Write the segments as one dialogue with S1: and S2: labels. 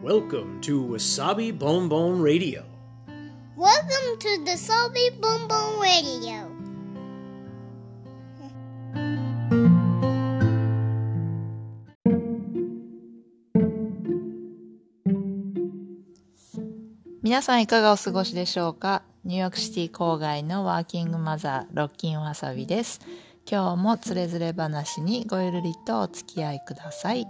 S1: Welcome to Wasabi Bon Bon Radio.
S2: Welcome to the Sobi Boom Boom Radio.
S3: 皆さんいかがお過ごしでしょうかニューヨークシティ郊外のワーキングマザーロッキンわさびです今日もつれづれ話にごゆるりとお付き合いください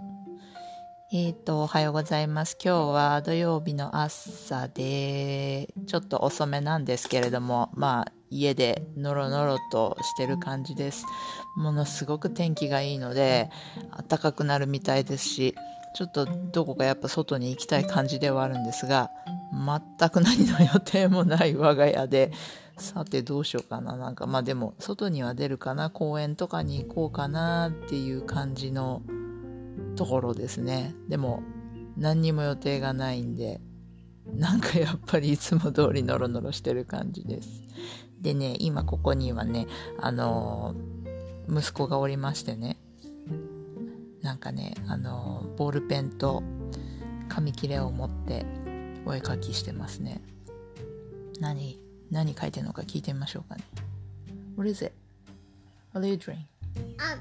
S3: えっ、とおはようございます今日は土曜日の朝でちょっと遅めなんですけれどもまあ家でノロノロとしてる感じですものすごく天気がいいので暖かくなるみたいですしちょっとどこかやっぱ外に行きたい感じではあるんですが全く何の予定もない我が家でさてどうしようかななんかまあでも外には出るかな公園とかに行こうかなっていう感じのところですねでも何にも予定がないんでなんかやっぱりいつも通りノロノロしてる感じですでね今ここにはねあのー息子がおりましてねなんかねあのーボールペンと紙切れを持ってお絵描きしてますね何何書いてるのか聞いてみましょうかね What is it? What are you doing?
S2: Um,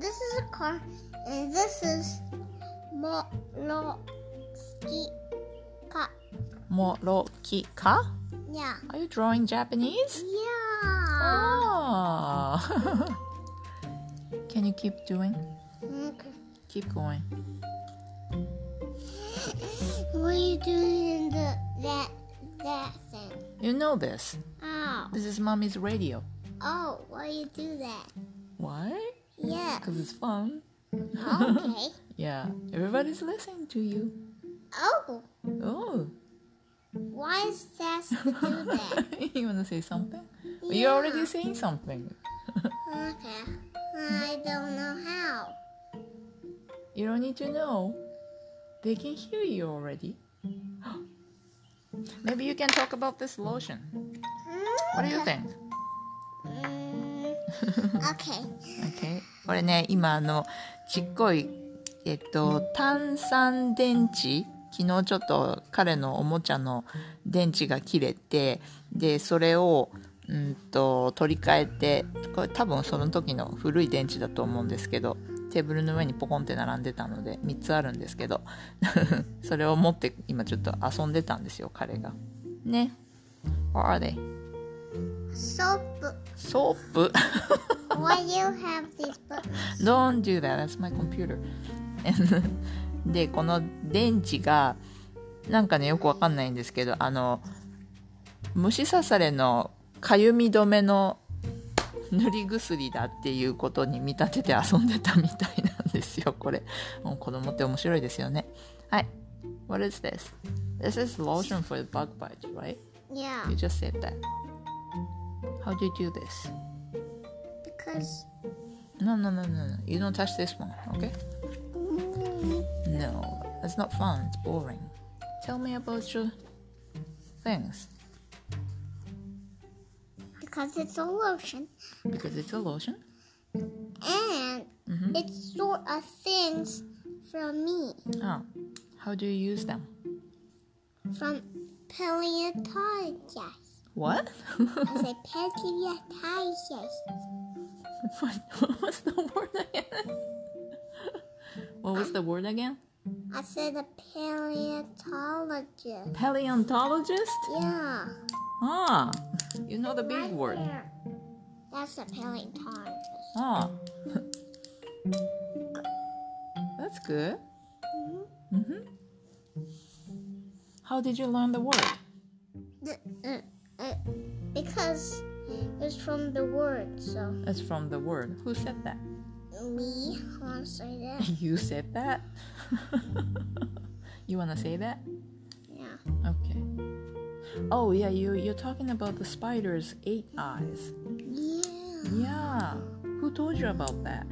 S2: this is a car, and this is Moloski Ka.
S3: もろきか
S2: Yeah.
S3: Are you drawing Japanese?
S2: Yeah.
S3: Oh. Can you keep doing?
S2: Okay.
S3: Keep going.
S2: What are you doing in the that that thing?
S3: You know this.
S2: Oh,
S3: This is mommy's radio.
S2: oh, why you do that?
S3: Why?
S2: Yeah.
S3: Because it's fun.
S2: Okay.
S3: Yeah. Everybody's listening to you.
S2: oh,
S3: Oh.
S2: why is that to do that?
S3: you want to say something? You're already
S2: Yeah.
S3: saying something.
S2: Okay. I don't know how.
S3: You don't need to know. They can hear you already. Maybe you can talk about this lotion. What do you think?
S2: Mm, okay.
S3: Okay. これね今あのちっこいえっと炭酸電池昨日ちょっと彼のおもちゃの電池が切れてでそれをうんと取り替えてこれ多分その時の古い電池だと思うんですけどテーブルの上にポコンって並んでたので3つあるんですけど それを持って今ちょっと遊んでたんですよ彼が。ね。What are they?
S2: Soap.
S3: ソープ
S2: Why you have these books?
S3: Don't do that, that's my computer. で、この電池が、なんかね、よくわかんないんですけど、あの、虫刺されのかゆみ止めの塗り薬だっていうことに見立てて遊んでたみたいなんですよ、これ。もう子供って面白いですよね。はい。What is this? This is lotion for the bug bite, right?
S2: Yeah,
S3: You just said that. How do you do this?
S2: because
S3: No, no, no, no, no. You don't touch this one, okay? No, that's not fun. It's boring. Tell me about your things.
S2: because it's a lotion
S3: Because it's a lotion.
S2: and
S3: Mm-hmm.
S2: it's sort of things from me
S3: Oh, how do you use them?
S2: from paleontologist.
S3: What?
S2: I say paleontologist.
S3: what what was the word again? what was the word again?
S2: I said a paleontologist.
S3: Paleontologist?
S2: Yeah.
S3: Ah, you know the big
S2: right
S3: word.
S2: there. That's a paleontologist.
S3: Ah. That's good. Mm-hmm. How did you learn the word?
S2: The, uh, uh, because it's from the word, so
S3: That's from the word. Who said that?
S2: me, I want to say that.
S3: You said that? you wanna say that?
S2: Yeah.
S3: Okay. Oh yeah, you you're talking about the spider's eight eyes.
S2: Yeah.
S3: Yeah. Who told you about that?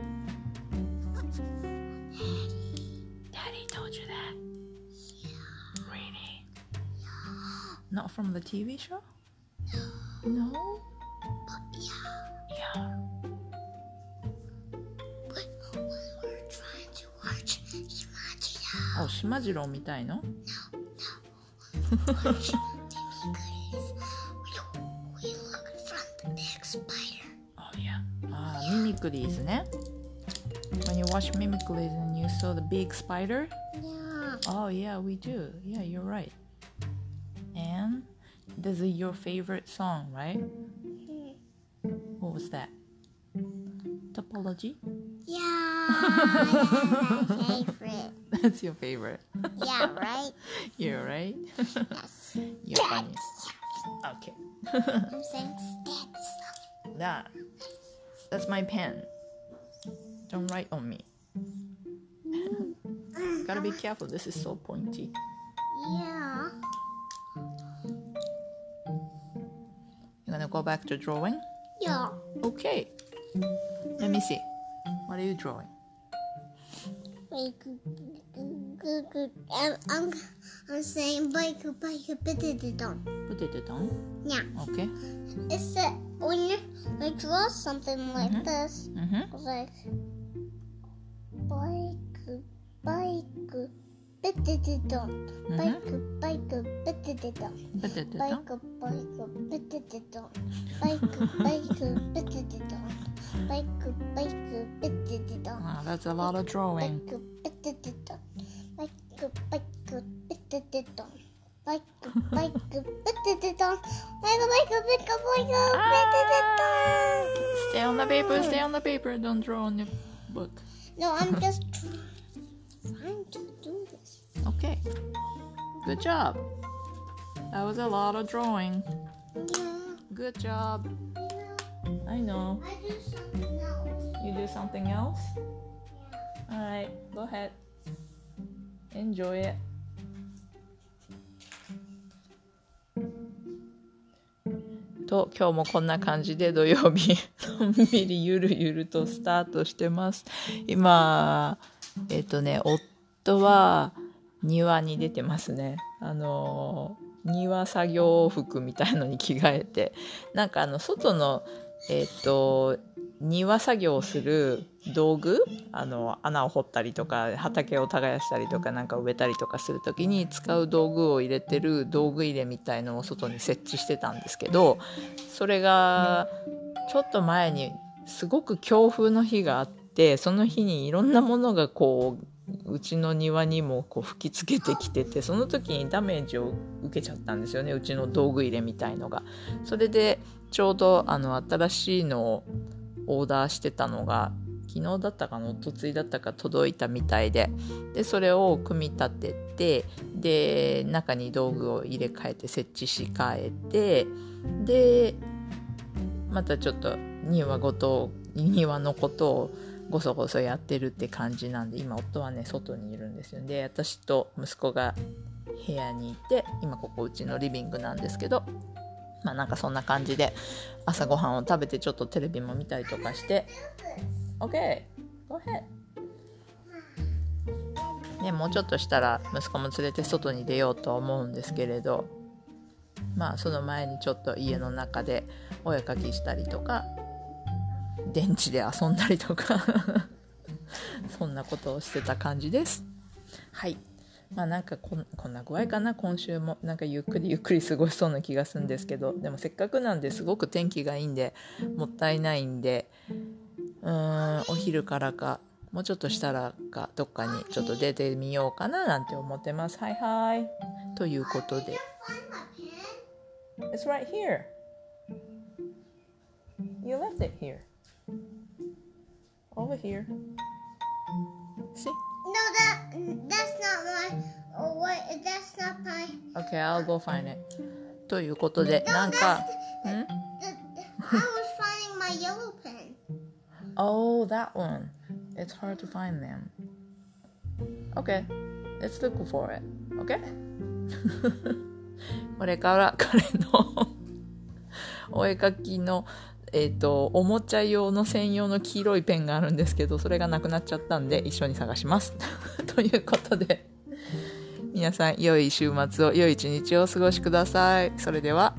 S3: Daddy told you that? Yeah. Really? Not from the TV show? No. No? Yeah.
S2: But when we're trying to watch Imagina,
S3: おしまじろうみたいの
S2: We look from the big spider.
S3: あいやあーミミクリーズね When you watch Mimicries and you saw the big spider?
S2: Yeah.
S3: Oh yeah, we do. Yeah, you're right. And this is your favorite song, right? What was that? Topology?
S2: Yeah. my favorite.
S3: That's your favorite.
S2: Yeah, right?
S3: You're right.
S2: Yes.
S3: You're funny. Okay.
S2: I'm saying steps.
S3: That. That's my pen. Don't write on me. Gotta be careful. This is so pointy.
S2: Yeah.
S3: You're gonna go back to drawing?
S2: Yeah.
S3: Okay. Let me see. What are you drawing?
S2: Wait, g- g- g- g- I'm, I'm, I'm saying bike, bike, bit it down.
S3: Put it down.
S2: Yeah.
S3: Okay.
S2: It's that when you like draw something like this,
S3: Mm-hmm.
S2: like bike, bike, bit it down. Bike, bike, bit it down.
S3: Put it down.
S2: Bike, bike, bit it down. Bike, bike, bit it down. Bike, bike, bit it down.
S3: Wow, Ah, that's a lot of drawing. Stay on the paper, stay on the paper. Don't draw on the book.
S2: No, I'm just trying to do this.
S3: Okay. Good job. That was a lot of drawing.
S2: Yeah,
S3: Good job.
S2: yeah.
S3: I know.
S2: I do something else.
S3: You do something else? Alright, go ahead. Enjoy it. Enjoy と今日もこんな感じで土曜日のんびりゆるゆるとスタートしてます今えっ、とね夫は庭に出てますねあの庭作業服みたいのに着替えてなんかあの外のえっ、と庭作業をする道具あの穴を掘ったりとか畑を耕したりとかなんか植えたりとかする時に使う道具を入れてる道具入れみたいのを外に設置してたんですけどそれがちょっと前にすごく強風の日があってその日にいろんなものがこううちの庭にもこう吹きつけてきててその時にダメージを受けちゃったんですよねうちの道具入れみたいのが。それでちょうどあの新しいのをオーダーしてたのが昨日だったかなおとついだったか届いたみたいででそれを組み立ててで中に道具を入れ替えて設置し替えてでまたちょっと庭ごと庭のことをごそごそやってるって感じなんで今夫はね外にいるんですよで私と息子が部屋にいて今ここうちのリビングなんですけどまあなんかそんな感じで朝ごはんを食べてちょっとテレビも見たりとかして OK go ahead ねもうちょっとしたら息子も連れて外に出ようとは思うんですけれどまあその前にちょっと家の中でお絵かきしたりとか電池で遊んだりとか そんなことをしてた感じですはいまあなんかこんこんな具合かな今週もなんかゆっくりゆっくり過ごしそうな気がするんですけどでもせっかくなんですごく天気がいいんでもったいないんでうーんお昼からかもうちょっとしたらかどっかにちょっと出てみようかななんて思ってますはいはいということで
S2: Find my pen.
S3: It's right here You left it here Over here See?
S2: No, that that's not my. Oh, wait, that's not my.
S3: Okay, I'll go find it ということでなんか
S2: that's- The,
S3: ん
S2: I was finding my yellow pen.
S3: Oh, that one. It's hard to find them. Okay, let's look for it. Okay? これから彼の お絵描きの、えっとおもちゃ用の専用の黄色いペンがあるんですけどそれがなくなっちゃったんで一緒に探します ということで皆さん良い週末を良い一日をお過ごしくださいそれでは